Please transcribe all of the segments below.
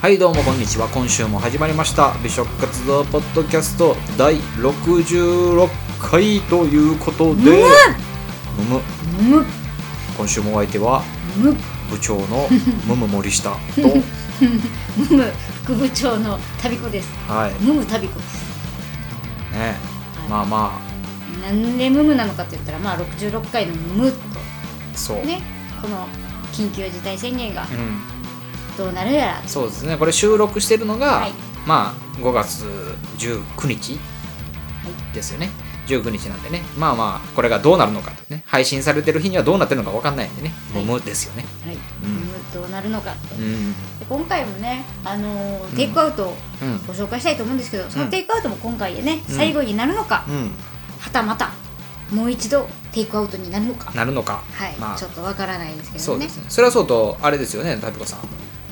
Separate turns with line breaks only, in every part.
はいどうもこんにちは今週も始まりました美食活動ポッドキャスト第66回ということで、むむ
む
今週もお相手は
む
部長 のむむ森下と
むむ副部長の旅子です
はい
むむ旅子です、
ね
はい
まあま
なんでむむなのかって言ったらまあ66回のむむと
あそう、
ねこの緊急事態宣言が
うん
どうなるやら、
そうですねこれ収録してるのが、
はい
まあ5月19日ですよね19日なんでねまあまあこれがどうなるのかってね配信されてる日にはどうなってるのか分かんないんでね
は
む
い
むですよね
はい
うん
むむどうなるのかって
うん
で今回もねあのーテイクアウトを
うん
ご紹介したいと思うんですけど、そのテイクアウトも今回でね、
うん
最後になるのか、
うん
はたまたもう一度テイクアウトになるのか
なるのか
はい、
まあ
ちょっとわからないですけ
そ
ど
う
ね
ですねそれはそうとあれですよねタピコさん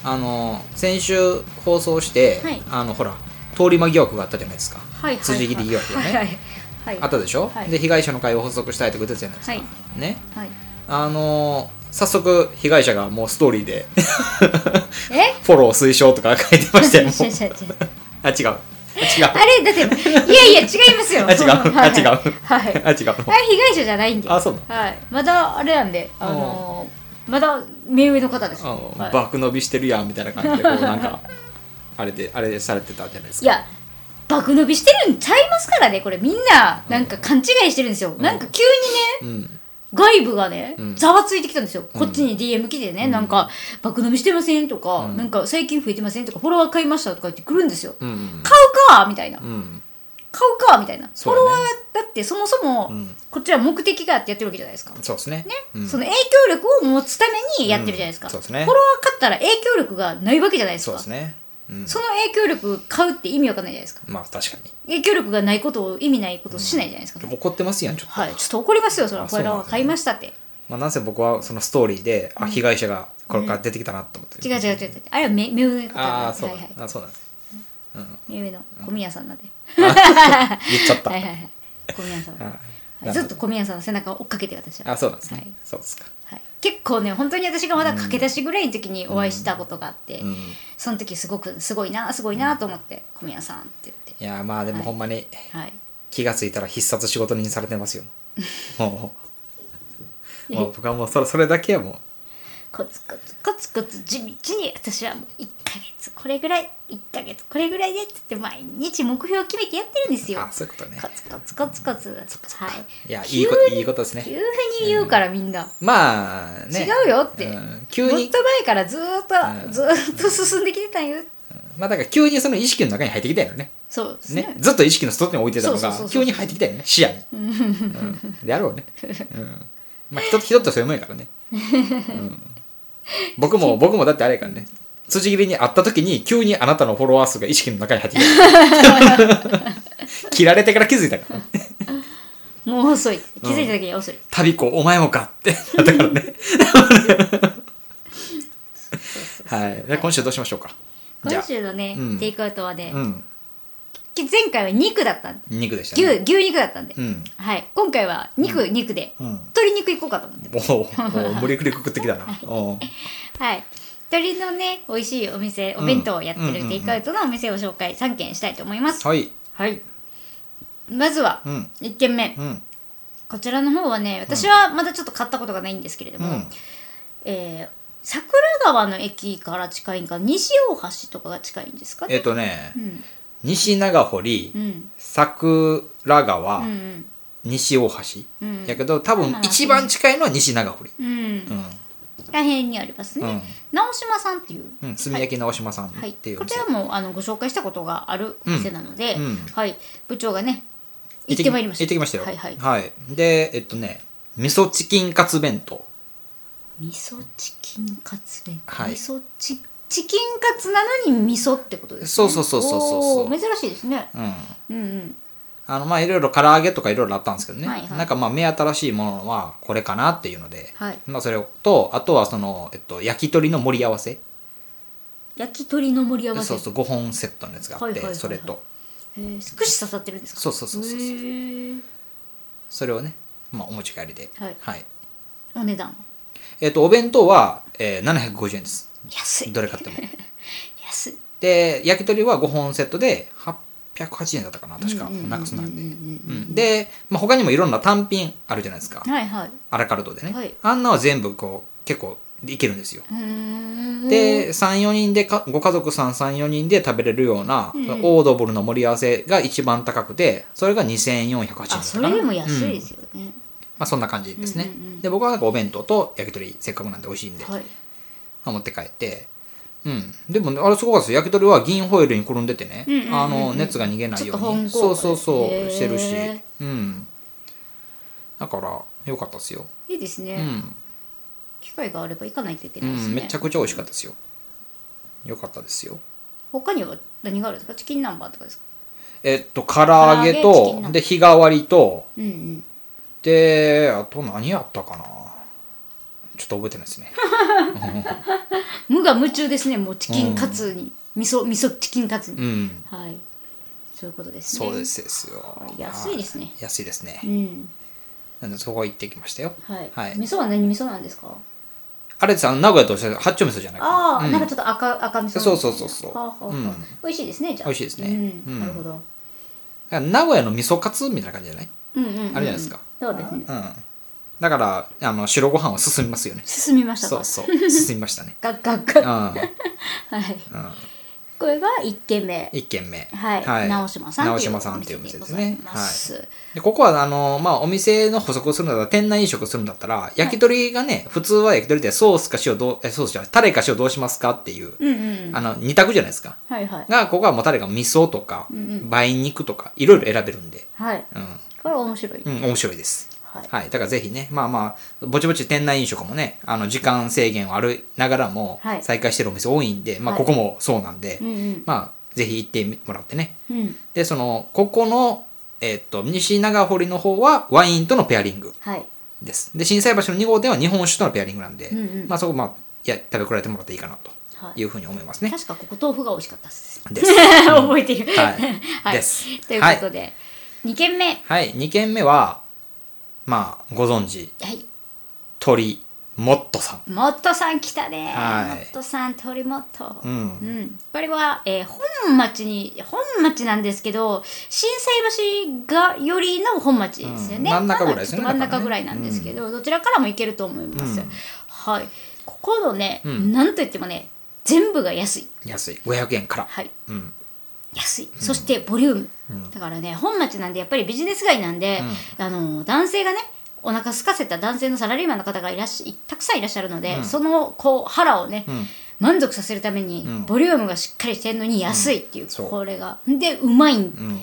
あの先週放送して、
はい
あのほら通り魔疑惑があったじゃないですか
はいはいはい
辻切り疑惑よね
はいはいはい
あったでしょ、
はい
で被害者の会を発足したいとか言ってたじゃないですか、
はい
ね
はい
あの早速被害者がもうストーリーで
え
フォロー推奨とか書いてま したよも
違う
う
違う違う
あ違う違う
あれだっていやいや違いますよ
あ違う
は
あ
い
違う
はい
あ違う
あれ被害者じゃないんで
あそうなの
はいまだあれなんであのーまだ目上の方です
あの、
はい
バック伸びしてるやんみたいな感じでこうなんかあれであれされてたじゃないです
い
か
や爆伸びしてるんちゃいますからねこれみんななんか勘違いしてるんですよ、なんか急に
う
ね
ん
外部がね
うん
ざわ、ついてきたんですよこっちに DM 来てね、なんか爆伸びしてませんとか、なんか最近増えてませんとかフォロワー買いましたとか言ってくるんですよ、
うん
買うかみたいな
うん
買うかみたいな、フ
そ
ォ
うだね
ロワーだってそもそも
ん
こっちは目的があってやってるわけじゃないですか、
そうですねうん
その影響力を持つためにやってるじゃないですか、
うんそうですね
フォロワー買ったら影響力がないわけじゃないです
そう
か
ですね、うん、
その影響力買うって意味わかんないじゃないですか
まあ確か
影響力がないことを意味ないことをしないじゃないですか、
に怒ってますやんちょっと、
はいちょっと怒りますよそれは
あ
フ
そう
ォ
なん
ロ
ですね
ワー買いましたって
まあ、なんせ僕はそのストーリーで、あ被害者がこれから出てきたなと思って、
違う違う違う違うあれは目目上の方
ああそう
は
だ、
いはい
あそうなんです
目上の小宮さんなんで、
言っちゃった
はいはいはい小宮さん、
はい
はいずっと小宮さんの背中を追っかけて私は
あそうなんですね、
はい
そうですか
はい、結構ね本当に私がまだ駆け出しぐらいの時にお会いしたことがあって、
うん
その時すごくすごいなすごいなと思って「小宮さん」って言って
いやーまあでもほんまに
はい
気がついたら必殺仕事人されて ますよもうもう僕はもうそれそれだけはもう
コツコツコツコツ地道に私はもう1ヶ月これぐらい1ヶ月これぐらいでって言って毎日目標を決めてやってるんですよ
あそういうことね
コツコツコツコツはい
いやい
急
いこ
に
いいことですね
急に言うからみんな、
まあね
違うよって
ん急
もっ
に
と前からずーっと、
うん
ずーっと進んできてたんよ
まあだから急にその意識の中に入ってきたよね
そうですね
ね、ずっと意識の外に置いてたの
そう
が
そうそうそう
急に入ってきたよね視野に、うん、であろうね、うん、まあ人人ってそういうもんやからね、うん僕も 僕もだってあれやからね辻切りに会った時に急にあなたのフォロワー数が意識の中に入ってき た切られてから気づいたからね
もう遅いって気づいた時には遅い、
「旅子お前もか」ってなったからねはいじゃあ今週どうしましょうかじゃ
今
あ
週のね、
うん
テイクアウトはね、
うん
前回は肉だったんで
肉でした
牛
ね
牛肉だったんで、
うん
はい今回は肉、肉で、
うん
鶏肉いこうかと思って
おうおう無理くり食ってきたなおう
はい鶏のね美味しいお店お弁当をやって
うんうんうんう
る
ん
テイクアウトのお店を紹介3軒したいと思います、
はい
はいまずは
うん
1軒目
うん
こちらの方はね私はまだちょっと買ったことがないんですけれど
う
も、
ん
えー桜川の駅から近いんか西大橋とかが近いんですか
え
ね
っ、とね、
ん
西長堀、
うん
桜川、
うんうん
西大橋、
うん
やけど多分
まあ
一番近いのは西長堀、
うん、
うん
らへんにありますね、
うん
直島さんっていう、
うん、炭焼き直島さんっ
はい
ていうお
こち
店、
らもあのご紹介したことがあるお店なので、
うんうん
はい、部長がね行ってまいりました
行ってきましたよ
はいはい、
でえっとね味噌チキンカツ弁当
味噌チキンカツ弁、
はい
味噌チチキンカツなのに味噌ってことですね
そうそうそうそうそうそう
おー珍しいですね
うん
うんうん
あのまあいろいろ唐揚げとかいろいろあったんですけどね、
はいはい
なんかまあ目新しいものはこれかなっていうので、
はい
まあそれとあとはその、えっと、焼き鳥の盛り合わせ
焼き鳥の盛り合わせ
そうそう5本セットのやつがあって、
はいはいはいはい
それと
へー串刺さってるんですか
そうそうそうそうそう
へー
それをね、まあ、お持ち帰りで、
はいお値段は
えっとお弁当は、えー、750円です
安い
どれ買っても
安い
で焼き鳥は5本セットで880円だったかな確か、
ううう
なんかそんなんで、
う
うんん、で、まあ、他にもいろんな単品あるじゃないですか
はいはい
アラカルトでね、
はい
あんなは全部こう結構いけるんですよ
うーん
で34人でかご家族さん34人で食べれるような、
うん
オードブルの盛り合わせが一番高くてそれが2480円だったか
あ
な
それでも安い
うん
ですよね、
まあ、そんな感じですね、
うんうんうん
で僕はなんかお弁当と焼き鳥せっかくなんで美味しいんで、
はい
まあ持って帰ってうん、でもねあれすごかったですよ焼き鳥は銀ホイルにくるんでてね、
うんうんうんうん
あの熱が逃げないよ
ちょっと
う
本
に
格的
そうそうそう
へー
してるし、うん、だから良かったですよ、
いいですね、
うん
機会があれば行かないといけ
う
ないですね、
ん、めちゃくちゃ美味しかったですよ良かったですよ
他には何があるんですかチキン南蛮とかですか
えっと唐揚げ
唐揚げチキン
と
の
で日替わりと
うんうん
であと何やったかなちょっと覚えてないです ね
無我夢中ですねもうチキンカツに、味噌味噌チキンカツに、
うん
はいそういうことですね
そうですですよ
はい安いですね
は安いですね
うん
なんでそこ行ってきましたよ
はい、
はい
味噌は何味噌なんですか
あれさ名古屋とおっしゃる八丁味噌じゃない
ああ、
うん
なんかちょっと赤赤味噌
そうそうそうそう
はあはあは
う
あ
ん
美味しいですねじゃあ
美味しいですね
う
うん
ん、なるほど、
だから名古屋の味噌カツみたいな感じじゃない
うんうんうん
あ
うん、
るじゃないですか
そうですね
うんだからあの白ご飯は進みますよね
進みました
そう
か
そう進みましたね
ガッガッガ
う
ッ
ん、
はい
うん、
これが一軒目
一軒目
はい、直島さん
直島さんっていうお店ですね
は
はい
い
でここはあの、まあ、お店の補足をするんだったら店内飲食するんだったら焼き鳥がね、普通は焼き鳥ってソースか塩どうえソースじゃないタレか塩どうしますかっていう、
うんうん
あの二択じゃないですか
はいはい
がここはもうタレが味噌とか、
うんうん
梅肉とかいろいろ選べるんで、
はい
うん
これ面白い、
うん、面白いです
はい
はい、だからぜひね、まあまあ、ぼちぼち店内飲食もね、あの時間制限はあるながらも
は、い
再開してるお店多いんで、まあ
はい
ここもそうなんで、
うんうん
まあぜひ行ってもらってね。
うん
で、その、ここの、えっと、西長堀の方はワインとのペアリング
はい
です。で、震災橋の2号店は日本酒とのペアリングなんで、
うんうん
まあそこ、まあ、いや、食べ比べてもらっていいかなと
はい
いうふうに思いますね。
確かここ豆腐が美味しかったです。
です。
覚えてる。
はい
はい
です
ということで、二軒目。は
はい、2軒目は、まあ、ご存知、
い。
鳥、モットさ
モットさん来たね。
はい
モットさん、鳥モット
ん。。うん
う。ん、これは、えー本町に本町なんですけど心斎橋がよりの本町ですよね、
うん真ん中ぐらいですよね
まだちょっと真ん中ぐらいなんですけど、どちらからも行けると思います、
うん
はいここのね、
うん
なんといってもね全部が安い
安い。500円から。
はい
うん。
安いそしてボリューム、だからね本町なんでやっぱりビジネス街なんで、あの男性がねお腹空かせた男性のサラリーマンの方がいらっしゃたくさんいらっしゃるので、
うん
そのこう腹をね、
うん
満足させるために、
うん
ボリュームがしっかりしてるのに安いっていう、
そう
これがでうまいん
うん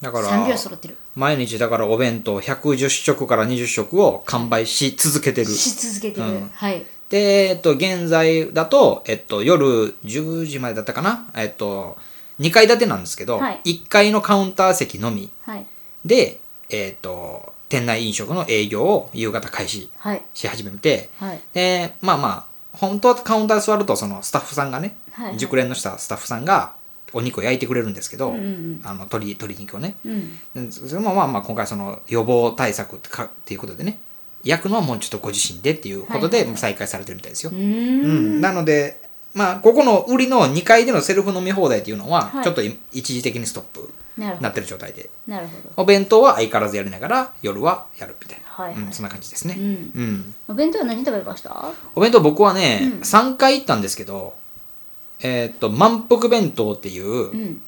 だか
3
ら
秒揃ってる
毎日だからお弁当110食から20食を完売し続けてる
し続けてる、
うん
はい
でえっと現在だと、えっと、夜10時までだったかなえっと2階建てなんですけど、
はい
1階のカウンター席のみ
はい
でえっと店内飲食の営業を夕方開始
はい
し始めて
はい
でまあまあ本当はカウンター座るとそのスタッフさんがね、
はいはい
熟練のしたスタッフさんがお肉を焼いてくれるんですけど、
うんうん
あの鶏鶏肉をね、
うん
うんそれもまあまあ今回その予防対策ってかっていうことでね焼くのはもうちょっとご自身でっていうこと
は
で
いはいはい
再開されてるみたいですよ、
うーん
うんなのでまあここの売りの2階でのセルフ飲み放題っていうのは
はい
ちょっとい一時的にストップ
なるほ
なっ
ど
てる状態で
なるほど
お弁当は相変わらずやりながら夜はやるみたいな、
はいはい
うん、そんな感じですね、
うん
うん
お弁当は何食べましたは
お弁当僕はね、
うん
3回行ったんですけどえーっと満腹弁当っていう、
うん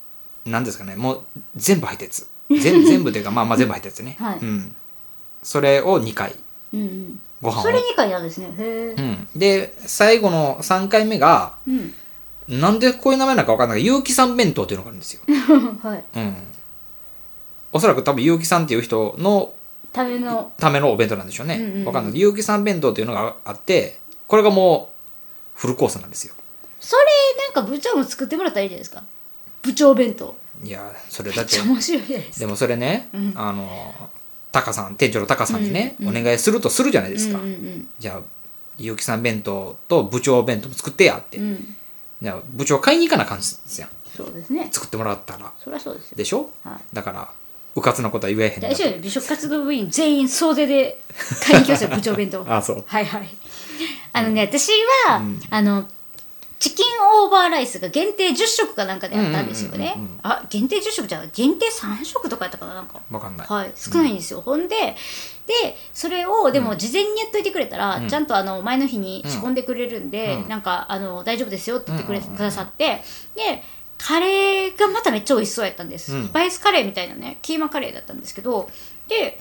なんですかねもう全部入ったやつ 全全部というかまあまあ全部入ったやつね、
はい
うん、それを2回
うんうん
ご飯を
それ2回なんですねへ
う
え
ん、で最後の3回目が
うん、
なんでこういう名前なのか分かんないけど結城さん弁当っていうのがあるんですよ、
はい
うん、おそらく多分結城さんっていう人の
食べの
ためのお弁当なんでしょうね、
うんうんうん
分かんない結城さん弁当っていうのがあってこれがもうフルコースなんですよ
それなんか部長も作ってもらったらいいじゃないですか部長弁当
いやそれ
め
だ
っ
って
ちゃ面白いじゃないですか
でもそれね、
うん
あのタカさん店長のタカさんにね、
うんうん
お願いするとするじゃないですか、
うんうん
じゃあ結城さん弁当と部長弁当も作ってやって、
うん、うん、
じゃあ部長買いに行かな感じですやん
そうですね
作ってもらったら
そりゃそうですよ
でしょ
はい
だからうかつなことは言えへん
大
な
丈夫美食活動部員全員総出で 買いに行きましたよ部長弁当
あそう
はいはいあのね私は、あのチキンオーバーライスが限定10食かなんかでやったんですよね、
うんうんうんうん
あ限定10食じゃない限定3食とかやったかななんか
わかんない、
はい、少ないんですよ、ほんででそれをでも事前にやっといてくれたら、
うん
ちゃんとあの前の日に仕込んでくれるんで、
うん
なんかあの大丈夫ですよって言ってくれ、
うんうんうん
くださってでカレーがまためっちゃ美味しそうやったんです、
うん
スパイスカレーみたいなねキーマカレーだったんですけどで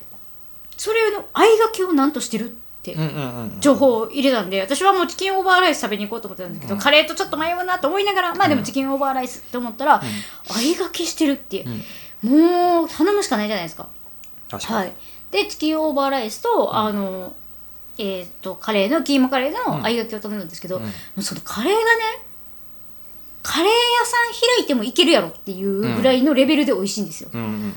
それの合いがけをなんとしてるって
うんうんうんうん
情報を入れたんで私はもうチキンオーバーライス食べに行こうと思ってたんですけど、
うん
カレーとちょっと迷うなと思いながらまあでもチキンオーバーライスって思ったら、あいがけしてるっていう、もう頼むしかないじゃないですか
確か
は
に
いでチキンオーバーライスと、あのえっ、とカレーのキーマカレー
うん
のあいがけを頼んだんですけど、
うん
もうそのカレーがねカレー屋さん開いてもいけるやろっていうぐらいのレベルで美味しいんですよ、
うんうんうん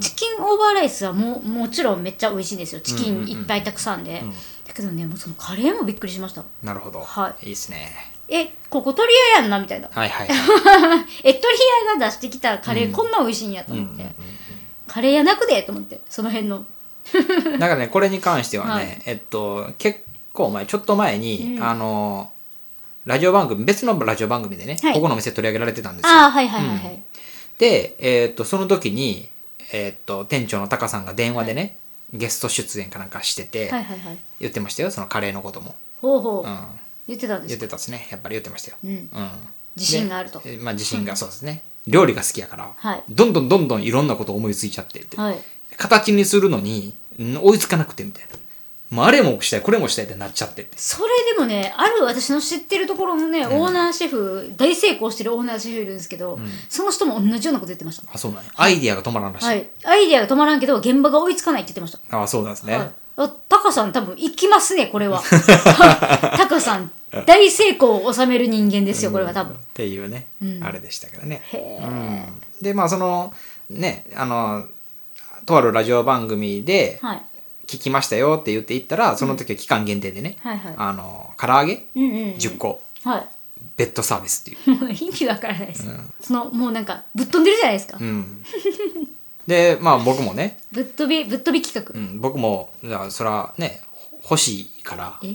チキンオーバーライスはもうもちろんめっちゃ美味しいんですよチキ
うんう
ン
んうん
いっぱいたくさんで、
うん
だけどねもうそのカレーもびっくりしました
なるほど、、
はい
いですね
えここ鳥屋やんなみたいな
はいはいはい、
え鳥屋が出してきたカレーこんな美味しいんやと
うんう
思
ん
って、カレー屋なくでと思ってその辺の
うん、なんかねこれに関してはね、
はい
えっと結構前ちょっと前に、
うん
あのラジオ番組別のラジオ番組でね、
はい
ここのお店取り上げられてたんですよ
ああはいはいはいはい、
で、えーっとその時に、えーっと店長のタカさんが電話でね、ゲスト出演かなんかしてて、
はいはいはい
言ってましたよそのカレーのことも、
ほうほう、
うん、
言ってたんで
言
す
っ
か
てたですねやっぱり言ってましたよ、
うん
うん
自信があると
でまあ自信 がそうですね料理が好きやから、
はい
どんどんどんどんいろんなこと思いついちゃってって、
はい
形にするのにん追いつかなくてみたいなもうあれもしたいこれもしたいってなっちゃってって
それでもねある私の知ってるところのね、オーナーシェフ大成功してるオーナーシェフいるんですけど、その人も同じようなこと言ってました
あそうなんやアイディアが止まらんらしい、
はいアイデアが止まらんけど現場が追いつかないって言ってました
ああそうなんですね、
はいあタカさん多分行きますねこ れはタカさん大成功を収める人間ですよこれは多分
っていうね、
うん
あれでしたけどね
へ
うんでまあそのねあのとあるラジオ番組で
はい
聞きましたよって言って行ったらその時は期間限定でね、
はいはい
あの唐揚げ
うんうん、うん、
10個
はい
ベッドサービスっていう、
もう意味わからないです、そのもうなんかぶっ飛んでるじゃないですか、
うん、でまあ僕もね、
ぶっ飛びぶっ飛び企
う
画、
ん、僕もじゃあそらね欲しいから
え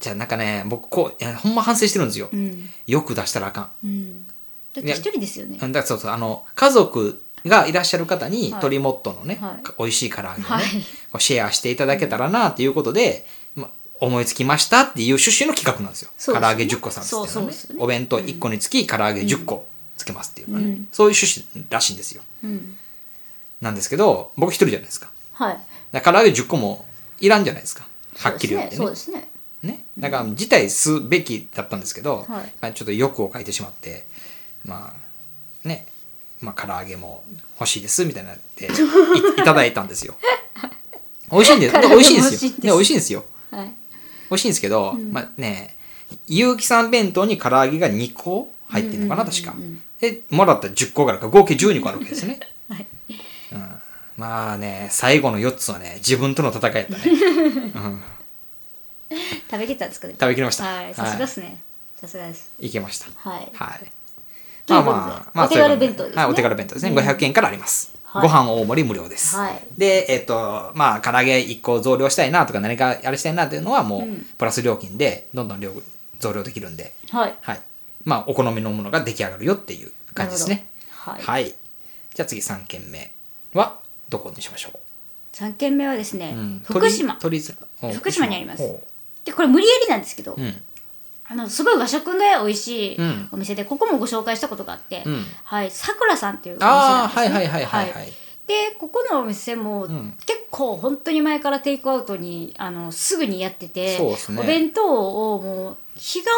じゃあなんかね僕こういやほんま反省してるんですよ、
うん
よく出したらあかん
うんだっ
い
て
や
一人ですよね
うんだからそうそうあの家族がいらっしゃる方に
はい
鶏モットのね、
はい
か美味しい唐揚げをね、
はい
こうシェアしていただけたらなっていうことで、ま、思いつきましたっていう趣旨の企画なんですよ
そうです
唐
ね
揚げ10個さんですっていうのは
そうそうですよね
お弁当1個につき唐揚げ10個つけますっていうかね、
うん
そういう趣旨らしいんですよ
うん
なんですけど僕一人じゃないですか
はい
だから唐揚げ10個もいらんじゃないですかはっきり言って
そ
ね
うですね
ね、だから辞退すべきだったんですけど、
はい
まあ、ちょっと欲を書いてしまってまあねまあ唐揚げも欲しいですみたいなってい いただいたんですよ美味しいんです
唐揚
で
げ
美
も
味しいで
欲
す
しい
よ
んです
ね美味しいんですよ
そうですねはい
美味しいんですけど、まあね結城さん弁当に唐揚げが2個入ってるのかな、確かでもらった10個からか合計12個あるわけです ね、
はい
うん、まあね最後の4つはね自分との戦いやったね
食べきったんですかね
食べきりました
はいさすがですねさすがです
いけました
はい
はい。
ということでお手軽弁当ですね
はい、お手軽弁当ですね。500円からあります。
はい
ご飯大盛り無料です。
はい
で、えっ、と、まあ、唐揚げ1個増量したいなとか、何かあれしたいなというのは、もう、
うん
プラス料金で、どんどん量増量できるんで、
はい
はい。まあ、お好みのものが出来上がるよっていう感じですね。
なるほどはい、
はい。じゃあ次3軒目は、どこにしましょ
三軒目はですね、
う、うん
福島
鳥鳥塚お
福島にあります
お
でこれ無理やりなんですけど、
うん。
あのすごい和食で美味しい
うん
お店で、ここもご紹介したことがあって、
うん
はいさくらさんっていうお店
あ
な
あ、
んです、ね、
はいはいはいはいはい。
でここのお店も
ん
結構本当に前からテイクアウトにあのすぐにやってて、
そうっすね
お弁当をもう日替わ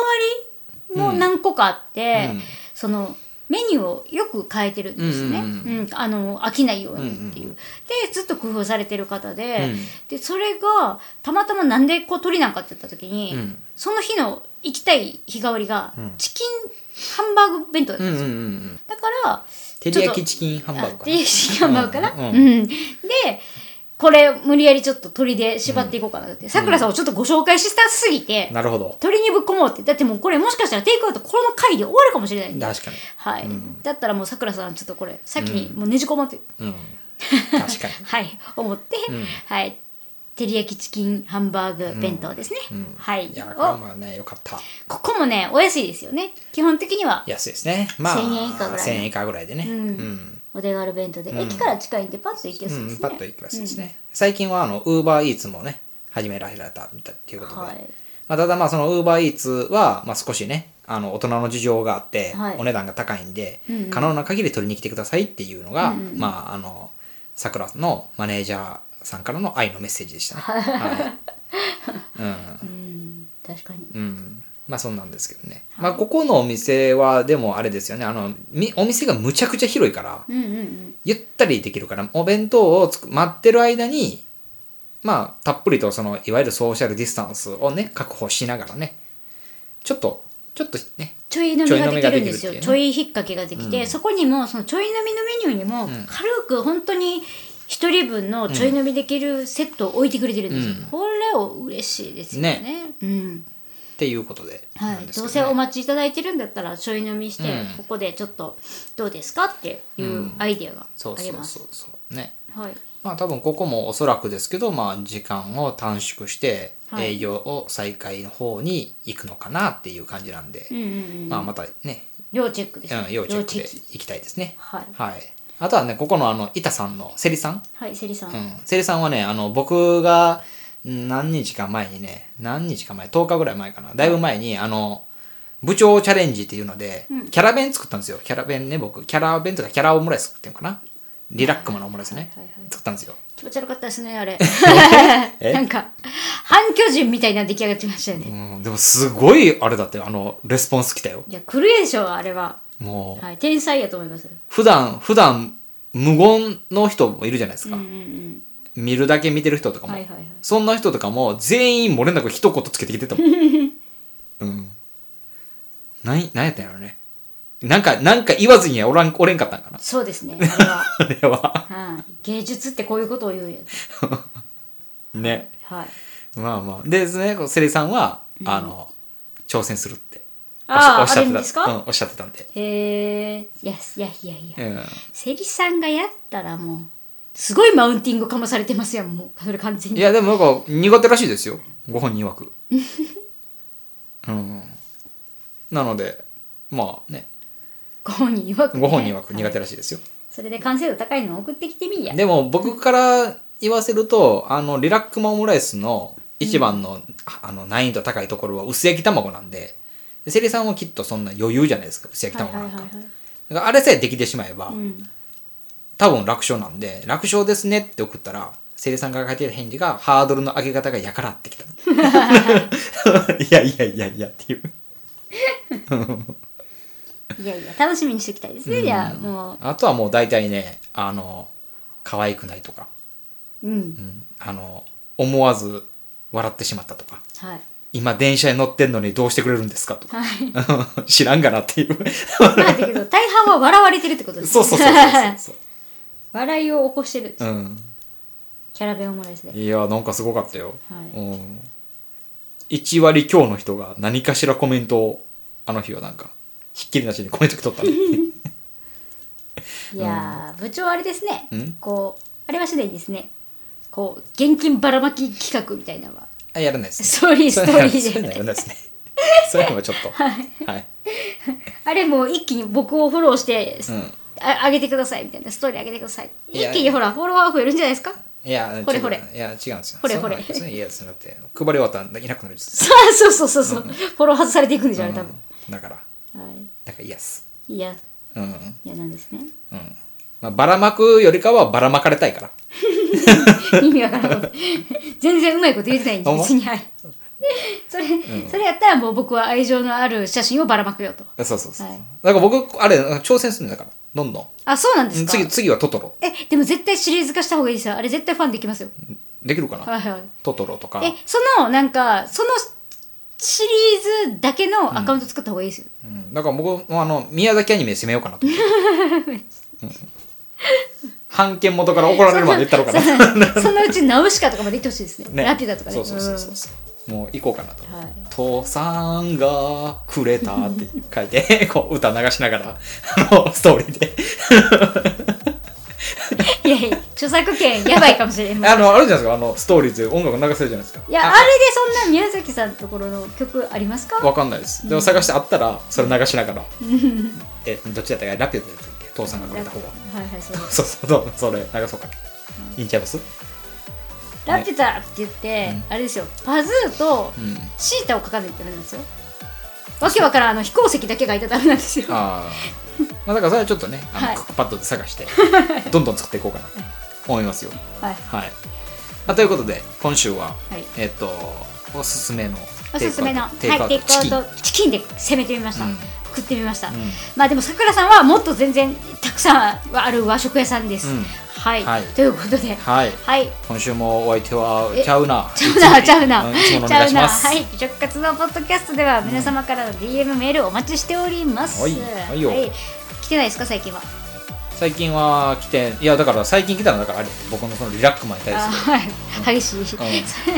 りも何個かあって、
うん
そのメニューをよく変えてるんですね、
う
うんん
うん
あの飽きないようにっていう、
うんうんう
でずっと工夫されてる方
う
で,、
ん
でそれがたまたまなんでこう鳥なんかって言った時に、
うん
その日の行きたい日替わりが
ん
チキンハンバーグ弁当だった
うんん
で
うん
す
うん
よ、
うん。
だから
照り焼きチキンハンバーグかな。
定式頑張るかな、
う
うんん
うん
でこれ無理やりちょっと鳥で縛っていこうかなってさくらさんをちょっとご紹介したすぎて、
なるほど。
鳥にぶっ込もうってだってもうこれもしかしたらテイクアウトこの回で終わるかもしれないんで、
確かに。
はいだったらもうさくらさんちょっとこれ先にもうねじ込もうって、
うん。確かに。
はい思って、はい照り焼きチキンハンバーグ弁当ですね、
うん
はい
いやこれは
を
まあねよかった
ここもねお安いですよね基本的には
安いですねまあ
1000円以下ぐらい
1000円以下ぐらいでね
う
うんん
お手軽弁当で、
ん
駅から近いんでパッと行け
う
そうで
ん
す
パ
ね、
ッと行きますですね最近はあのウーバーイーツもね始められたみたいっていうことで
はい
まあただまあそのウーバーイーツはまあ少しねあの大人の事情があって
はい
お値段が高いんで
うんうん
可能な限り取りに来てくださいっていうのが
うんうん
まああのさくらのマネージャーさんからの愛のメッセージでしたね。はい うん
うん確かに
うん、まあそうなんですけどね、まあここのお店はでもあれですよねあのみお店がむちゃくちゃ広いから
うんうんうん
ゆったりできるからお弁当をつく待ってる間にまあたっぷりとそのいわゆるソーシャルディスタンスをね確保しながらねちょっとちょっとね
ちょい飲みができるんですよちょ
ちょい飲みができるっていうね
い引っ掛けができて、そこにもそのちょい飲みのメニューにも軽く本当に一人分のちょい飲みできるセットを置いてくれてるんですよ、
うん
これを嬉しいですよねうん
っていうことで
は
なん
い、
です
どう
け
せ
どね
お待ちいただいてるんだったらちょい飲みして、
うん
ここでちょっとどうですかっていうアイデアが
そう
あ
そ
り
う
ます、
そうそうね
はい
まあ多分ここもおそらくですけど、まあ、時間を短縮して
はい
営業を再開の方に行くのかなっていう感じなんで、
うんうんうん
まあまたね
要チェックです、
うん、要チェックで
要チェッ
行きたいですね。
はい
あとはね、ここのあの、板さんの、セリさん。
クはいセリさん、
うん。セリさんはね、あの、僕が、ん何日か前にね、何日か前、10日ぐらい前かな。だいぶ前に、あの、部長チャレンジっていうので、キャラ弁作ったんですよ。キャラ弁ね、僕。キャラ弁とかキャラオムライス作ってんのかな。リラックマのオムライスね。
はいはいはい
作ったんですよ。
気持ち悪かったですねあれ
え
なんか反巨人みたいな出来上がってましたよね、
うん、でもすごい、あれだって、あの、レスポンス来たよ。
いや狂いでしょうあれは、
もう、
はい、天才やと思います
普段、普段、無言の人もいるじゃないです
うん
か
う。ん
見るだけ見てる人と
う
か
ん
も。
はいはいはい
そんな人とかも全員漏れなく一言つけてきて たもん。うん。なん、なんやったんやろね。なんか、なんか言わずにはおらん、おれんかったんかな。
そうですねあれは、
あれは。
はい、芸術ってこういうことを言うんやつ
ね。
はい
まあまあ。でですね、こうセリさんは、あの、挑戦するって。
あー
おっしゃ
あるん
お
で
っ
す
しゃって
か
た。うん、おっしゃってたんで。
へえいやいやいやいや
うん。
セリさんがやったらもうすごいマウンティングかまされてますやんもうそれ完全
い
に
や、でもなんか苦手らしいですよ。ご本人曰 く。うん。なので、まあね、
ご本人曰く、ね、
ご本人曰く苦
はい
手らしいですよ。
それで完成度高いの送ってきてみいや
でも僕から言わせるとあのリラックマオムライスの一番の,、あの難易度高いところは薄焼き卵なんででセリさんはきっとそんな余裕じゃないですか薄焼き
はい
卵
はい
なん
はい
か,、
はい
だからあれさえできてしまえば、
うん
多分楽勝なんで楽勝ですねって送ったらセリさんが書いてる返事がハードルの上げ方がやからって きたいやいやいやいやっていう
いやいや楽しみにしておきたいですね、いやも
あとはもう大体ねあの可愛くないとか、
ううん
うんあの思わず笑ってしまったとか
はい
今電車に乗ってんのにどうしてくれるんですかとか
は い
知らんがなっていう
まあだけど大半は笑われてるってことです
そう
ね
そうそうそうそう、
笑いを起こしてる
うん、
キャラ弁オムライスで
いやなんかすごかったよ、
はい
うん、1割強の人が何かしらコメントをあの日はなんかひっきりなしにコメント取ったね
いやー部長あれですね
うん
こうあれはしないですねこう現金ばらまき企画みたいなのは
あやらないです
ストーリーストーリ
そういう
ー
のや
で
らないですねそういうのはちょっとはい、
あれもう一気に僕をフォローして、
うん
あ上げてくださいみたいなストーリー上げてください
いや
一気にほらフォロワー増えるんじゃないですか
いや
ほれほれ
ちょっといや違うんですよ
ほれほれ
そういうのそういうの嫌ですよだって配り終わったらいなくなるんです
そうそうそうそうそう、フォロー外されていくんでしょあれ多分、
うんだから
は
だから嫌っす
い、いや
うん
いやなんですね
うんまあ、ばらまくよりかはばらまかれたいから。
意味わからん 全然うまいこと言えてないんで
ほんま
別にはい それ、それやったらもう僕は愛情のある写真をばらまくよと
そうそうそう。
はい
だから僕、あれ、挑戦するんだから、どんどん。
あそうなんですか
次、次はトトロ。
えでも絶対シリーズ化した方がいいですよあれ絶対ファンできますよ
できるかな、
はいはい
トトロとか。
えそのなんかそのシリーズだけのアカウント作った方がいいですよ、
うん、だから僕もあの、宮崎アニメで攻めようかなと思って。 うん、判決元から怒られるまで言ったろうかな。
そそのうちナウシカとかまで行ってほしいですね
ね
ラピュタとかね
そうそうそうそうそう。もう行こうかなと。
うんはい
父さんがくれたって 書いて、こう歌流しながら、あの、ストーリーで。
いやいや著作権やばいかもし れんもん
あのあるじゃないですかあのストーリーズ音楽流せるじゃないですか
いやあれでそんな宮崎さんのところの曲ありますか
わかんないですでも探してあったらそれ流しながらえどっちだったかラピュタだったっけ父さんがくれた方が
はいはいそうです
そうそうどうそれ流そうかいいんちゃいます
ラピュタって言って、
うん
あれですよパズーと
うん
シータを書かないとダメなんですよわけわからんあの飛行石だけがいたらダメなんですよは
あーまあだからそれはちょっとねあの、
はい
クックパッドで探 してどんどん作っていこうかなと思いますよ
い
はい、まあ、ということで今週は
はい
えっ、とおすすめの
おすすめのはい
テイクアウト
テイクアウ
チキン
トチキンで攻めてみました、
うん
食ってみました、
うん
まあでもさくらさんはもっと全然たくさんある和食屋さんです、
うん
はい、
はい
ということで
はい
はい
今週もお相手は
え
ちゃうな
ちゃうな、ちゃうな、
うんいつものお
ちゃ
願いうし
な。
ます
はい、美食活動ポッドキャストでは皆様からの DM メールお待ちしております。
はいはいよ
来てないですか最近は。
最近は来ていやだから最近来たのだからあれ僕のそのリラックマに対
あ
する
はい、激しい。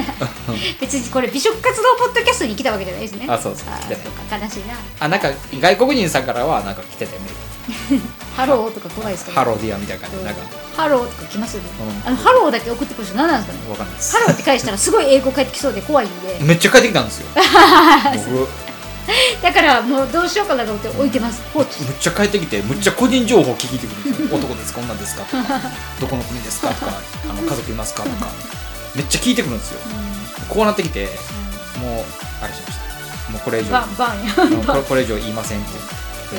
別にこれ美食活動ポッドキャストに来たわけじゃないですね。
あそうそう
あ
来てない
そうか悲しいな。
あなんか外国人さんからはなんか来ててメール
ハローとか来ないですか、
ハローディアみたいな感じ
うん
でなんか
ハローとか来ますよね
う。ん
あのハローだけ送ってくる人何なんですかね。
わかんないです
ハローって返したらすごい英語返ってきそうで怖いんで、
めっちゃ帰ってきたん ですよ僕
だからもうどうしようかなと思って置いてます。放置。
むっちゃ帰ってきてむっちゃ個人情報聞いてくるんですよ男ですか女 ですかとかどこの国ですかとかあの家族いますかとかめっちゃ聞いてくるんですよこうなってきてもうあれしましたもうこれ以上
バンバンや。
もうこれこれ以上言いませんって
と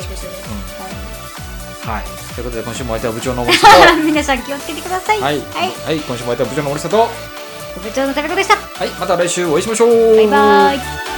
いうことで
はいということで今週も相手は部長の森下と
はい 皆さん気をつけてください。
はい、
はい。
はい、今週も相手は部長の森下とは
部長の高子でした。
いまた来週お会いしましょう
バイバイ。